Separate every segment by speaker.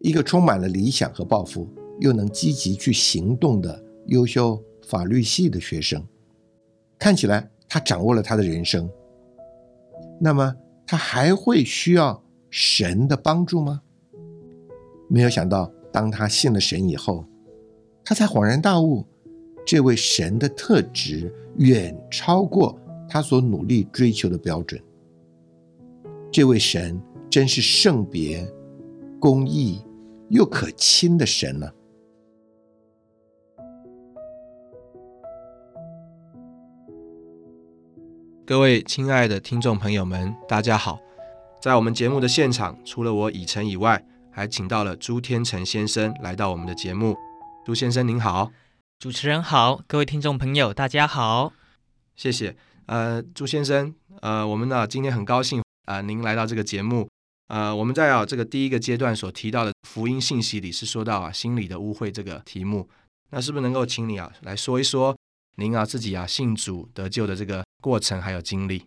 Speaker 1: 一个充满了理想和抱负，又能积极去行动的优秀法律系的学生，看起来他掌握了他的人生。那么，他还会需要神的帮助吗？没有想到，当他信了神以后，他才恍然大悟，这位神的特质远超过他所努力追求的标准。这位神真是圣别、公义又可亲的神呢、
Speaker 2: 各位亲爱的听众朋友们，大家好！在我们节目的现场，除了我以晨以外，还请到了朱天成先生来到我们的节目。朱先生您好，
Speaker 3: 主持人好，各位听众朋友，大家好。
Speaker 2: 谢谢。呃，朱先生，呃，我们呢、今天很高兴啊、呃您来到这个节目。呃，我们在啊这个第一个阶段所提到的福音信息里是说到啊心理的污秽这个题目，那是不是能够请你啊来说一说您啊自己啊信主得救的这个过程还有经历？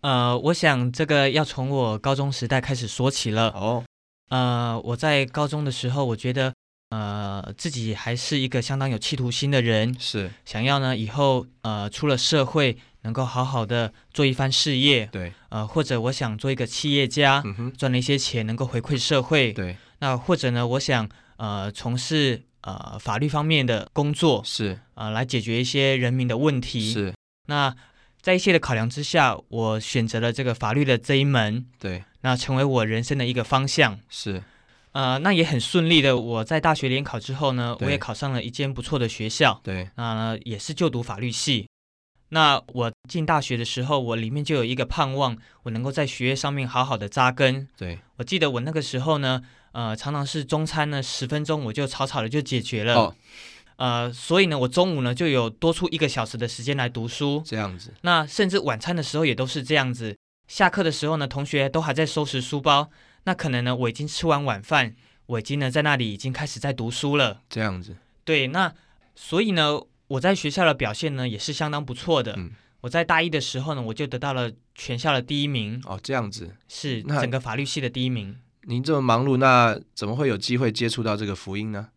Speaker 3: 呃，我想这个要从我高中时代开始说起了。
Speaker 2: 哦，
Speaker 3: 呃，我在高中的时候，我觉得呃自己还是一个相当有企图心的人，
Speaker 2: 是
Speaker 3: 想要呢以后呃出了社会能够好好的做一番事业，
Speaker 2: 对，
Speaker 3: 呃或者我想做一个企业家，
Speaker 2: 嗯哼，
Speaker 3: 赚了一些钱能够回馈社会。
Speaker 2: 对，
Speaker 3: 那或者呢，我想呃从事呃法律方面的工作，
Speaker 2: 是
Speaker 3: 呃来解决一些人民的问题。
Speaker 2: 是，
Speaker 3: 那在一切的考量之下，我选择了这个法律的这一门，
Speaker 2: 对，
Speaker 3: 那成为我人生的一个方向。
Speaker 2: 是
Speaker 3: 呃，那也很顺利的，我在大学联考之后呢，
Speaker 2: 对
Speaker 3: 我也考上了一间不错的学校，
Speaker 2: 对，
Speaker 3: 那、呃也是就读法律系。那我进大学的时候，我里面就有一个盼望，我能够在学业上面好好的扎根。
Speaker 2: 对，
Speaker 3: 我记得我那个时候呢，呃，常常是中餐呢十分钟我就草草的就解决了，
Speaker 2: 哦，
Speaker 3: 呃，所以呢，我中午呢就有多出一个小时的时间来读书。
Speaker 2: 这样子，
Speaker 3: 那甚至晚餐的时候也都是这样子。下课的时候呢，同学都还在收拾书包，那可能呢，我已经吃完晚饭，我已经呢在那里已经开始在读书了。
Speaker 2: 这样子，
Speaker 3: 对，那所以呢，我在学校的表现呢也是相当不错的。
Speaker 2: 嗯
Speaker 3: 我在大一的时候呢，我就得到了全校的第一名，
Speaker 2: 哦，这样子。
Speaker 3: 是
Speaker 2: 那
Speaker 3: 整个法律系的第一名。
Speaker 2: 您这么忙碌，那怎么会有机会接触到这个福音呢？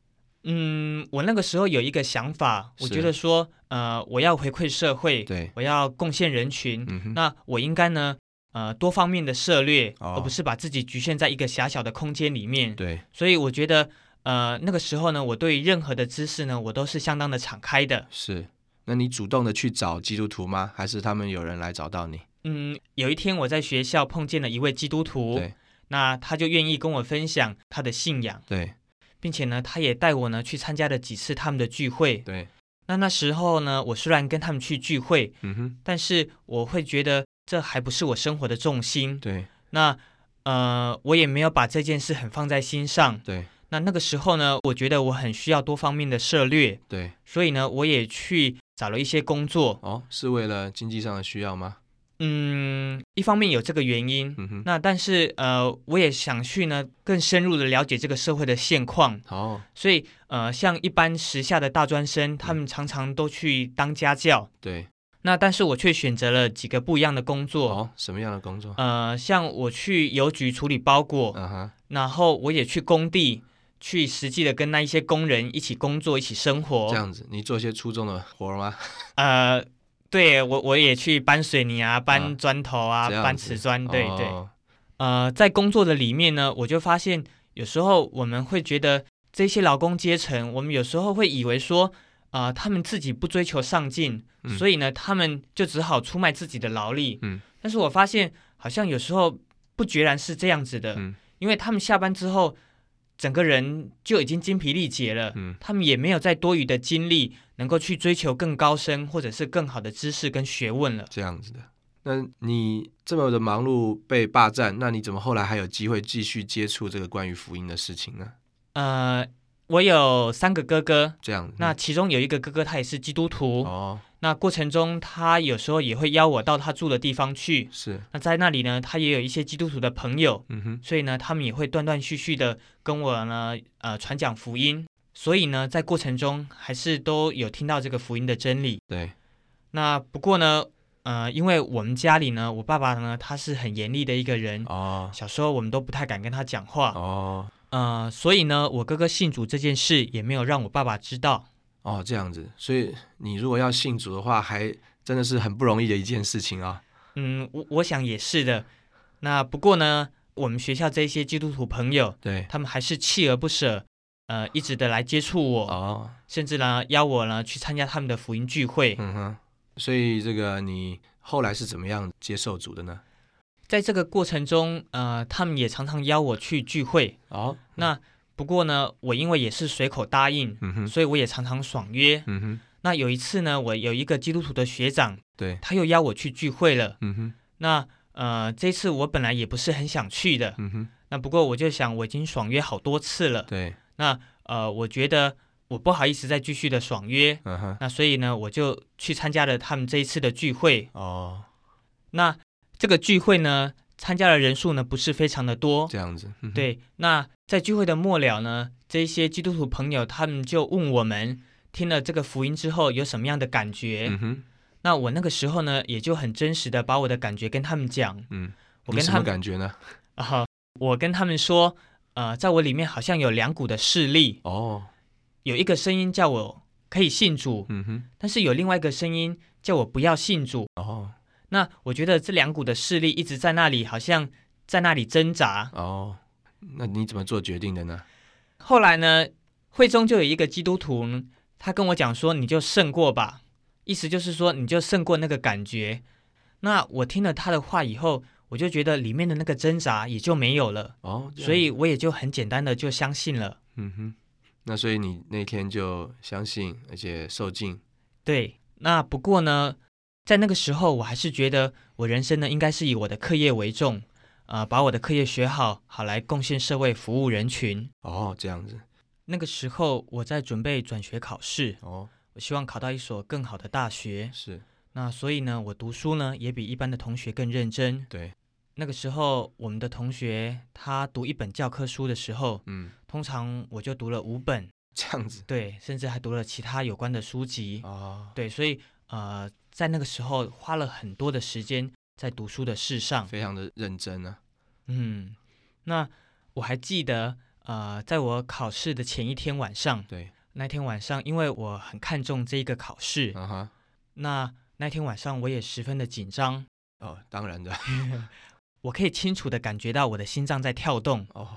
Speaker 3: 嗯，我那个时候有一个想法，我
Speaker 2: 是
Speaker 3: 觉得说，呃，我要回馈社会，
Speaker 2: 对，
Speaker 3: 我要贡献人群，
Speaker 2: 嗯哼，
Speaker 3: 那我应该呢，呃，多方面的涉猎，
Speaker 2: 哦
Speaker 3: 而不是把自己局限在一个狭小的空间里面。
Speaker 2: 对，
Speaker 3: 所以我觉得，呃，那个时候呢，我对任何的知识呢，我都是相当的敞开的。
Speaker 2: 是。那你主动的去找基督徒吗？还是他们有人来找到你？
Speaker 3: 嗯，有一天我在学校碰见了一位基督徒
Speaker 2: 对，
Speaker 3: 那他就愿意跟我分享他的信仰，
Speaker 2: 对
Speaker 3: 并且呢，他也带我呢去参加了几次他们的聚会。
Speaker 2: 对，
Speaker 3: 那那时候呢，我虽然跟他们去聚会，
Speaker 2: 嗯哼，
Speaker 3: 但是我会觉得这还不是我生活的重心。
Speaker 2: 对
Speaker 3: 那呃，我也没有把这件事很放在心上。
Speaker 2: 对
Speaker 3: 那那个时候呢，我觉得我很需要多方面的涉略，
Speaker 2: 对。
Speaker 3: 所以呢，我也去找了一些工作。
Speaker 2: 哦，是为了经济上的需要吗？
Speaker 3: 嗯，一方面有这个原因，
Speaker 2: 嗯哼，
Speaker 3: 那但是呃，我也想去呢更深入的了解这个社会的现况。
Speaker 2: 哦，
Speaker 3: 所以呃，像一般时下的大专
Speaker 2: 嗯
Speaker 3: 生，他们常常都去当家教。
Speaker 2: 对，
Speaker 3: 那但是我却选择了几个不一样的工作，
Speaker 2: 哦，什么样的工作？
Speaker 3: 呃，像我去邮局处理包裹，
Speaker 2: 嗯哼，
Speaker 3: 然后我也去工地，去实际的跟那一些工人一起工作，一起生
Speaker 2: 这
Speaker 3: 活。
Speaker 2: 样子，你做些粗重的活儿吗？
Speaker 3: 呃，对我我也去搬水泥啊，
Speaker 2: 啊
Speaker 3: 搬砖头啊，
Speaker 2: 这样
Speaker 3: 搬
Speaker 2: 子
Speaker 3: 瓷砖，对对。
Speaker 2: 哦
Speaker 3: 呃，在工作的里面呢，我就发现有时候我们会觉得这些劳工阶层，我们有时候会以为说，啊、他们自己不追求上进，
Speaker 2: 嗯
Speaker 3: 所以呢，他们就只好出卖自己的劳力。
Speaker 2: 嗯，
Speaker 3: 但是我发现好像有时候不决然是这样子的，
Speaker 2: 嗯
Speaker 3: 因为他们下班之后整个人就已经精疲力竭了，
Speaker 2: 嗯
Speaker 3: 他们也没有再多余的精力能够去追求更高深或者是更好的知识跟学问了。
Speaker 2: 这样子的。那你这么的忙碌被霸占，那你怎么后来还有机会继续接触这个关于福音的事情呢？
Speaker 3: 呃，我有三个哥哥，
Speaker 2: 这样，
Speaker 3: 那其中有一个哥哥他也是基督徒，
Speaker 2: 嗯哦，
Speaker 3: 那过程中他有时候也会邀我到他住的地方去，
Speaker 2: 是，
Speaker 3: 那在那里呢，他也有一些基督徒的朋友，
Speaker 2: 嗯哼，
Speaker 3: 所以呢，他们也会断断续续的跟我呢，呃，传讲福音。所以呢，在过程中还是都有听到这个福音的真理。
Speaker 2: 对，
Speaker 3: 那不过呢，呃，因为我们家里呢，我爸爸呢，他是很严厉的一个人，
Speaker 2: 哦，
Speaker 3: 小时候我们都不太敢跟他讲话，
Speaker 2: 哦，
Speaker 3: 呃，所以呢，我哥哥信主这件事也没有让我爸爸知道。
Speaker 2: 哦，这样子。所以你如果要信主的话，还真的是很不容易的一件事情啊。
Speaker 3: 嗯，我我想也是的。那不过呢，我们学校这些基督徒朋友，
Speaker 2: 对，
Speaker 3: 他们还是锲而不舍，呃，一直的来接触我，
Speaker 2: 哦，
Speaker 3: 甚至呢邀我呢去参加他们的福音聚会。
Speaker 2: 嗯哼。所以这个你后来是怎么样接受主的呢？
Speaker 3: 在这个过程中，呃，他们也常常邀我去聚会。
Speaker 2: 哦，
Speaker 3: 那不过呢，我因为也是随口答应，
Speaker 2: 嗯哼，
Speaker 3: 所以我也常常爽约。
Speaker 2: 嗯哼，
Speaker 3: 那有一次呢，我有一个基督徒的学长，
Speaker 2: 对，
Speaker 3: 他又邀我去聚会了。
Speaker 2: 嗯哼，
Speaker 3: 那呃，这次我本来也不是很想去的，
Speaker 2: 嗯哼，
Speaker 3: 那不过我就想我已经爽约好多次了，
Speaker 2: 对，
Speaker 3: 呃，我觉得我不好意思再继续的爽约，
Speaker 2: 嗯哼，
Speaker 3: 那所以呢，我就去参加了他们这一次的聚会。
Speaker 2: 哦，
Speaker 3: 那这个聚会呢，参加的人数呢不是非常的多，
Speaker 2: 这样子，嗯哼，
Speaker 3: 对。那在聚会的末了呢，这些基督徒朋友他们就问我们听了这个福音之后有什么样的感觉？
Speaker 2: 嗯哼，
Speaker 3: 那我那个时候呢，也就很真实的把我的感觉跟他们讲，
Speaker 2: 嗯，
Speaker 3: 我
Speaker 2: 你
Speaker 3: 跟
Speaker 2: 什
Speaker 3: 他
Speaker 2: 么
Speaker 3: 们
Speaker 2: 感觉呢？
Speaker 3: 啊、我跟他们说，呃，在我里面好像有两股的势力，
Speaker 2: 哦，
Speaker 3: 有一个声音叫我可以信主，
Speaker 2: 嗯哼，
Speaker 3: 但是有另外一个声音叫我不要信主。
Speaker 2: 哦，
Speaker 3: 那我觉得这两股的势力一直在那里，好像在那里挣扎。
Speaker 2: 哦，那你怎么做决定的呢？
Speaker 3: 后来呢，会中就有一个基督徒，他跟我讲说：“你就胜过吧。”意思就是说，你就胜过那个感觉。那我听了他的话以后，我就觉得里面的那个挣扎也就没有了，
Speaker 2: 哦，这样
Speaker 3: 所以我也就很简单的就相信了。
Speaker 2: 嗯哼，那所以你那天就相信，而且受尽，
Speaker 3: 对，那不过呢，在那个时候，我还是觉得我人生呢，应该是以我的课业为重，啊、把我的课业学好，好来贡献社会，服务人群。
Speaker 2: 哦，这样子，
Speaker 3: 那个时候，我在准备转学考试，
Speaker 2: 哦，
Speaker 3: 我希望考到一所更好的大学。
Speaker 2: 是
Speaker 3: 那所以呢，我读书呢也比一般的同学更认真。
Speaker 2: 对，
Speaker 3: 那个时候，我们的同学他读一本教科书的时候，
Speaker 2: 嗯，
Speaker 3: 通常我就读了五本，
Speaker 2: 这样子，
Speaker 3: 对，甚至还读了其他有关的书籍。
Speaker 2: 哦，
Speaker 3: 对，所以呃，在那个时候花了很多的时间在读书的事上。
Speaker 2: 非常的认真啊，
Speaker 3: 嗯，那我还记得，呃，在我考试的前一天晚上，
Speaker 2: 对，
Speaker 3: 那天晚上，因为我很看重这一个考试，
Speaker 2: 啊哈，
Speaker 3: 那那天晚上我也十分的紧张，
Speaker 2: 哦，当然的，
Speaker 3: 我可以清楚的感觉到我的心脏在跳动，
Speaker 2: 哦，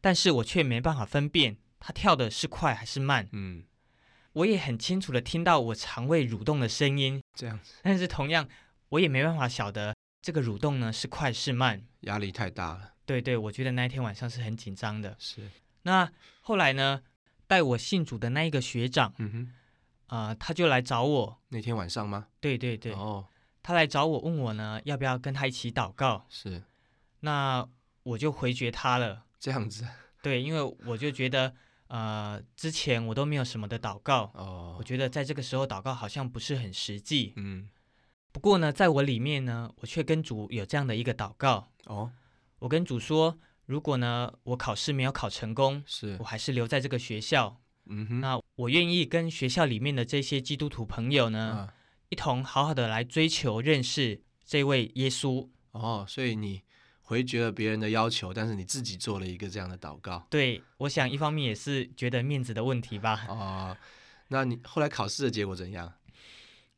Speaker 3: 但是我却没办法分辨它跳的是快还是慢。
Speaker 2: 嗯，
Speaker 3: 我也很清楚的听到我肠胃蠕动的声音，
Speaker 2: 这样子，
Speaker 3: 但是同样，我也没办法晓得这个蠕动呢是快是慢。
Speaker 2: 压力太大了，
Speaker 3: 对对，我觉得那一天晚上是很紧张的。
Speaker 2: 是，
Speaker 3: 那后来呢，带我信主的那一个学长，
Speaker 2: 嗯哼，
Speaker 3: 啊，他就来找我。
Speaker 2: 那天晚上吗？
Speaker 3: 对对对，
Speaker 2: 哦，
Speaker 3: 他来找我问我呢，要不要跟他一起祷告？
Speaker 2: 是
Speaker 3: 那我就回绝他了。
Speaker 2: 这样子，
Speaker 3: 对，因为我就觉得，呃，之前我都没有什么的祷告，
Speaker 2: 哦
Speaker 3: 我，觉得在这个时候祷告好像不是很实际。
Speaker 2: 嗯，
Speaker 3: 不过呢，在我里面呢，我却跟主有这样的一个祷告，
Speaker 2: 哦，
Speaker 3: 我跟主说，如果呢我考试没有考成功，
Speaker 2: 是
Speaker 3: 我，还是留在这个学校，
Speaker 2: 嗯哼，
Speaker 3: 那我愿意跟学校里面的这些基督徒朋友呢，
Speaker 2: 啊，
Speaker 3: 一同好好的来追求认识这位耶稣。
Speaker 2: 哦，所以你回绝了别人的要求，但是你自己做了一个这样的祷告。
Speaker 3: 对，我想一方面也是觉得面子的问题吧。
Speaker 2: 哦，那你后来考试的结果怎样？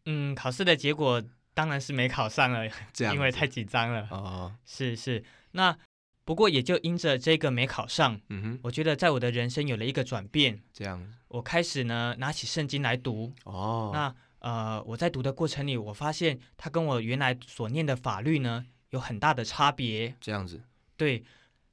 Speaker 3: 嗯，考试的结果当然是没考上了，
Speaker 2: 这样子，
Speaker 3: 因为太紧张了。
Speaker 2: 哦，
Speaker 3: 是是，那不过也就因着这个没考上，
Speaker 2: 嗯哼，
Speaker 3: 我觉得在我的人生有了一个转变。
Speaker 2: 这样子，
Speaker 3: 我开始呢拿起圣经来读，
Speaker 2: 哦，
Speaker 3: 那呃我在读的过程里，我发现它跟我原来所念的法律呢有很大的差别。
Speaker 2: 这样子，
Speaker 3: 对，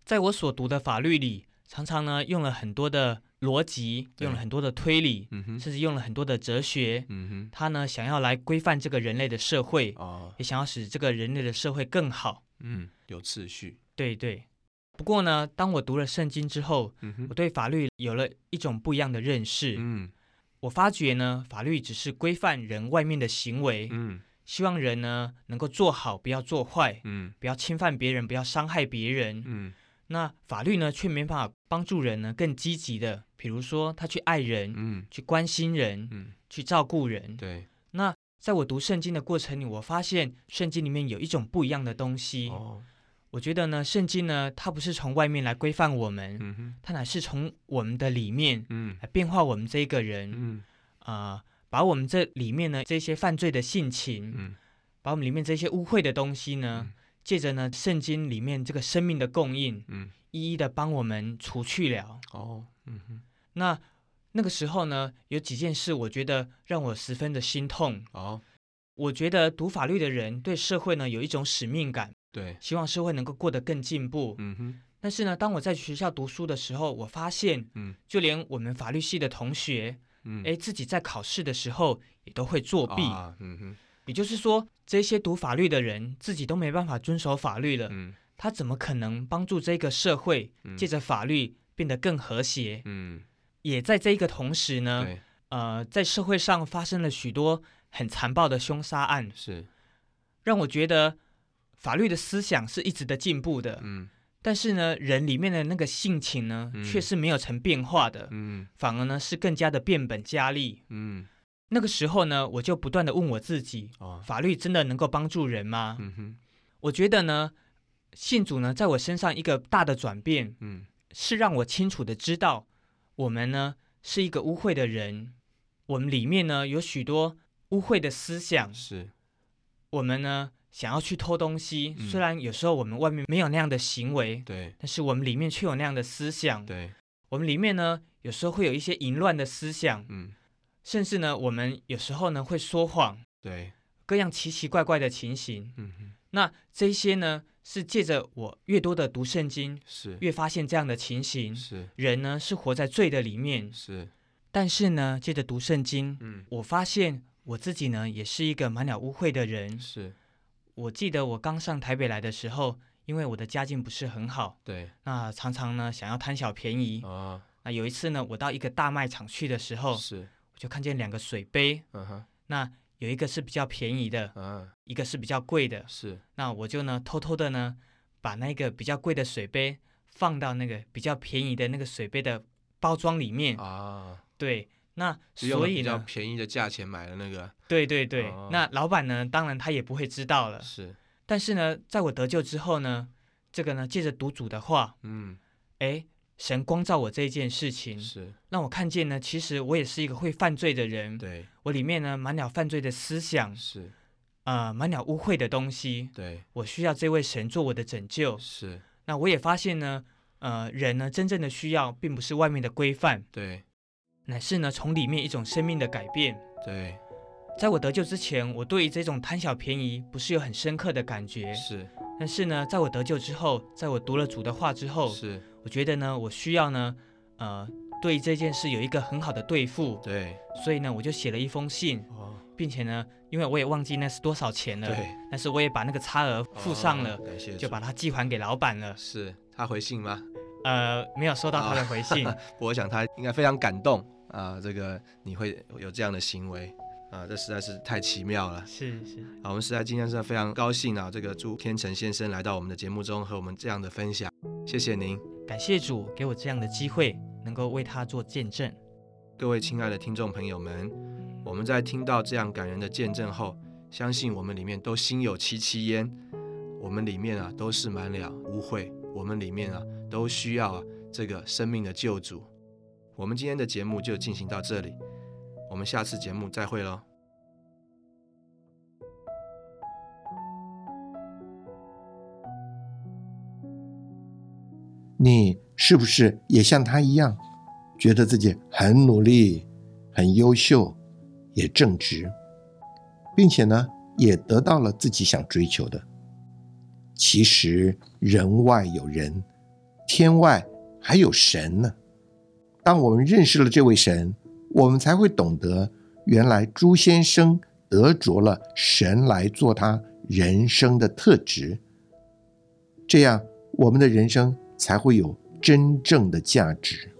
Speaker 3: 在我所读的法律里，常常呢用了很多的逻辑，
Speaker 2: 对
Speaker 3: 用了很多的推理，
Speaker 2: 嗯哼，
Speaker 3: 甚至用了很多的哲学。
Speaker 2: 嗯
Speaker 3: 他呢想要来规范这个人类的社会
Speaker 2: 哼，，哦，
Speaker 3: 也想要使这个人类的社会更好。
Speaker 2: 嗯，有秩序，
Speaker 3: 对对。不过呢，当我读了圣经之后，
Speaker 2: 嗯哼
Speaker 3: 我，对法律有了一种不一样的认识。
Speaker 2: 嗯
Speaker 3: 我发觉呢，法律只是规范人外面的行为，
Speaker 2: 嗯
Speaker 3: 希望人呢能够做好，不要做坏，
Speaker 2: 嗯
Speaker 3: 不要侵犯别人，不要伤害别人。
Speaker 2: 嗯
Speaker 3: 那法律呢，却没办法帮助人呢更积极的，比如说他去爱人、
Speaker 2: 嗯
Speaker 3: 去关心人、
Speaker 2: 嗯，
Speaker 3: 去照顾人。
Speaker 2: 对，
Speaker 3: 那在我读圣经的过程里，我发现圣经里面有一种不一样的东西。
Speaker 2: 哦，
Speaker 3: 我觉得呢，圣经呢，它不是从外面来规范我们，
Speaker 2: 嗯哼，
Speaker 3: 它乃是从我们的里面
Speaker 2: 嗯
Speaker 3: 来变化我们这一个人
Speaker 2: 嗯
Speaker 3: 啊、呃把我们这里面呢这些犯罪的性情，
Speaker 2: 嗯
Speaker 3: 把我们里面这些污秽的东西呢，
Speaker 2: 嗯
Speaker 3: 借着呢圣经里面这个生命的供应，
Speaker 2: 嗯，
Speaker 3: 一一的帮我们除去了。
Speaker 2: 哦，嗯哼，
Speaker 3: 那那个时候呢，有几件事我觉得让我十分的心痛。
Speaker 2: 哦，
Speaker 3: 我觉得读法律的人对社会呢有一种使命感，
Speaker 2: 对，
Speaker 3: 希望社会能够过得更进步。
Speaker 2: 嗯哼，
Speaker 3: 但是呢，当我在学校读书的时候，我发现，
Speaker 2: 嗯
Speaker 3: 就连我们法律系的同学，
Speaker 2: 嗯，
Speaker 3: 哎，自己在考试的时候也都会作弊。
Speaker 2: 啊，嗯哼，
Speaker 3: 也就是说，这些读法律的人自己都没办法遵守法律了，
Speaker 2: 嗯
Speaker 3: 他怎么可能帮助这个社会
Speaker 2: 嗯
Speaker 3: 借着法律变得更和谐？
Speaker 2: 嗯，
Speaker 3: 也在这一个同时呢，
Speaker 2: 对，
Speaker 3: 呃，在社会上发生了许多很残暴的凶杀案，
Speaker 2: 是，
Speaker 3: 让我觉得法律的思想是一直的进步的，
Speaker 2: 嗯
Speaker 3: 但是呢，人里面的那个性情呢，
Speaker 2: 嗯
Speaker 3: 却是没有成变化的，
Speaker 2: 嗯
Speaker 3: 反而呢是更加的变本加厉。
Speaker 2: 嗯，
Speaker 3: 那个时候呢，我就不断的问我自己，
Speaker 2: 哦，
Speaker 3: 法律真的能够帮助人吗？
Speaker 2: 嗯哼，
Speaker 3: 我觉得呢，信主呢，在我身上一个大的转变，
Speaker 2: 嗯
Speaker 3: 是让我清楚的知道，我们呢是一个污秽的人，我们里面呢有许多污秽的思想，
Speaker 2: 是，
Speaker 3: 我们呢想要去偷东西，
Speaker 2: 嗯
Speaker 3: 虽然有时候我们外面没有那样的行为，
Speaker 2: 对
Speaker 3: 但是我们里面却有那样的思想，
Speaker 2: 对，
Speaker 3: 我们里面呢有时候会有一些淫乱的思想，
Speaker 2: 嗯
Speaker 3: 甚至呢我们有时候呢会说谎，
Speaker 2: 对，
Speaker 3: 各样奇奇怪怪的情形。
Speaker 2: 嗯哼，
Speaker 3: 那这些呢，是借着我越多的读圣经，
Speaker 2: 是
Speaker 3: 越发现这样的情形。
Speaker 2: 是
Speaker 3: 人呢是活在罪的里面，
Speaker 2: 是，
Speaker 3: 但是呢，借着读圣经，
Speaker 2: 嗯
Speaker 3: 我发现我自己呢也是一个满了污秽的人。
Speaker 2: 是，
Speaker 3: 我记得我刚上台北来的时候，因为我的家境不是很好，
Speaker 2: 对
Speaker 3: 那常常呢想要贪小便宜。
Speaker 2: 啊，
Speaker 3: 那有一次呢，我到一个大卖场去的时候，我
Speaker 2: 是，
Speaker 3: 就看见两个水杯，
Speaker 2: 哦嗯哼，
Speaker 3: 那有一个是比较便宜的，
Speaker 2: 啊
Speaker 3: 一个是比较贵的。
Speaker 2: 是，
Speaker 3: 那我就呢偷偷的呢，把那个比较贵的水杯放到那个比较便宜的那个水杯的包装里面。
Speaker 2: 啊，
Speaker 3: 对，那
Speaker 2: 只用了
Speaker 3: 所以
Speaker 2: 比较
Speaker 3: 呢，
Speaker 2: 便宜的价钱买了那个，
Speaker 3: 对对对，
Speaker 2: 哦
Speaker 3: 那老板呢，当然他也不会知道了。
Speaker 2: 是，
Speaker 3: 但是呢，在我得救之后呢，这个呢，借着读主的话，
Speaker 2: 嗯
Speaker 3: 哎，神光照我这件事情，
Speaker 2: 是，
Speaker 3: 让我看见呢，其实我也是一个会犯罪的人，
Speaker 2: 对
Speaker 3: 我里面呢满了犯罪的思想，
Speaker 2: 是，
Speaker 3: 呃，满了污秽的东西，
Speaker 2: 对
Speaker 3: 我需要这位神做我的拯救。
Speaker 2: 是，
Speaker 3: 那我也发现呢，呃，人呢真正的需要，并不是外面的规范，
Speaker 2: 对
Speaker 3: 乃是呢从里面一种生命的改变。
Speaker 2: 对
Speaker 3: 在我得救之前，我对于这种贪小便宜不是有很深刻的感觉，
Speaker 2: 是
Speaker 3: 但是呢，在我得救之后，在我读了主的话之后，
Speaker 2: 是，
Speaker 3: 我觉得呢，我需要呢，呃，对这件事有一个很好的对付，
Speaker 2: 对
Speaker 3: 所以呢，我就写了一封信，
Speaker 2: 哦
Speaker 3: 并且呢，因为我也忘记那是多少钱了，
Speaker 2: 对，
Speaker 3: 但是我也把那个差额付上了，
Speaker 2: 哦感谢
Speaker 3: 就
Speaker 2: 主
Speaker 3: 把它寄还给老板了。
Speaker 2: 是他回信吗？
Speaker 3: 呃，没有收到他的回信。
Speaker 2: 我想他应该非常感动啊、这个你会有这样的行为啊、这实在是太奇妙了。
Speaker 3: 是是，
Speaker 2: 啊，我们实在今天是非常高兴啊，这个朱天成先生来到我们的节目中和我们这样的分享，谢谢您。
Speaker 3: 感谢主给我这样的机会，能够为他做见证。
Speaker 2: 各位亲爱的听众朋友们，我们在听到这样感人的见证后，相信我们里面都心有戚戚焉，我们里面啊都是满了污秽，我们里面啊都需要啊这个生命的救主。我们今天的节目就进行到这里，我们下次节目再会喽。
Speaker 1: 你是不是也像他一样，觉得自己很努力、很优秀，也正直，并且呢，也得到了自己想追求的？其实人外有人，天外还有神呢。当我们认识了这位神，我们才会懂得，原来朱先生得着了神来做他人生的特质。这样，我们的人生才会有真正的价值。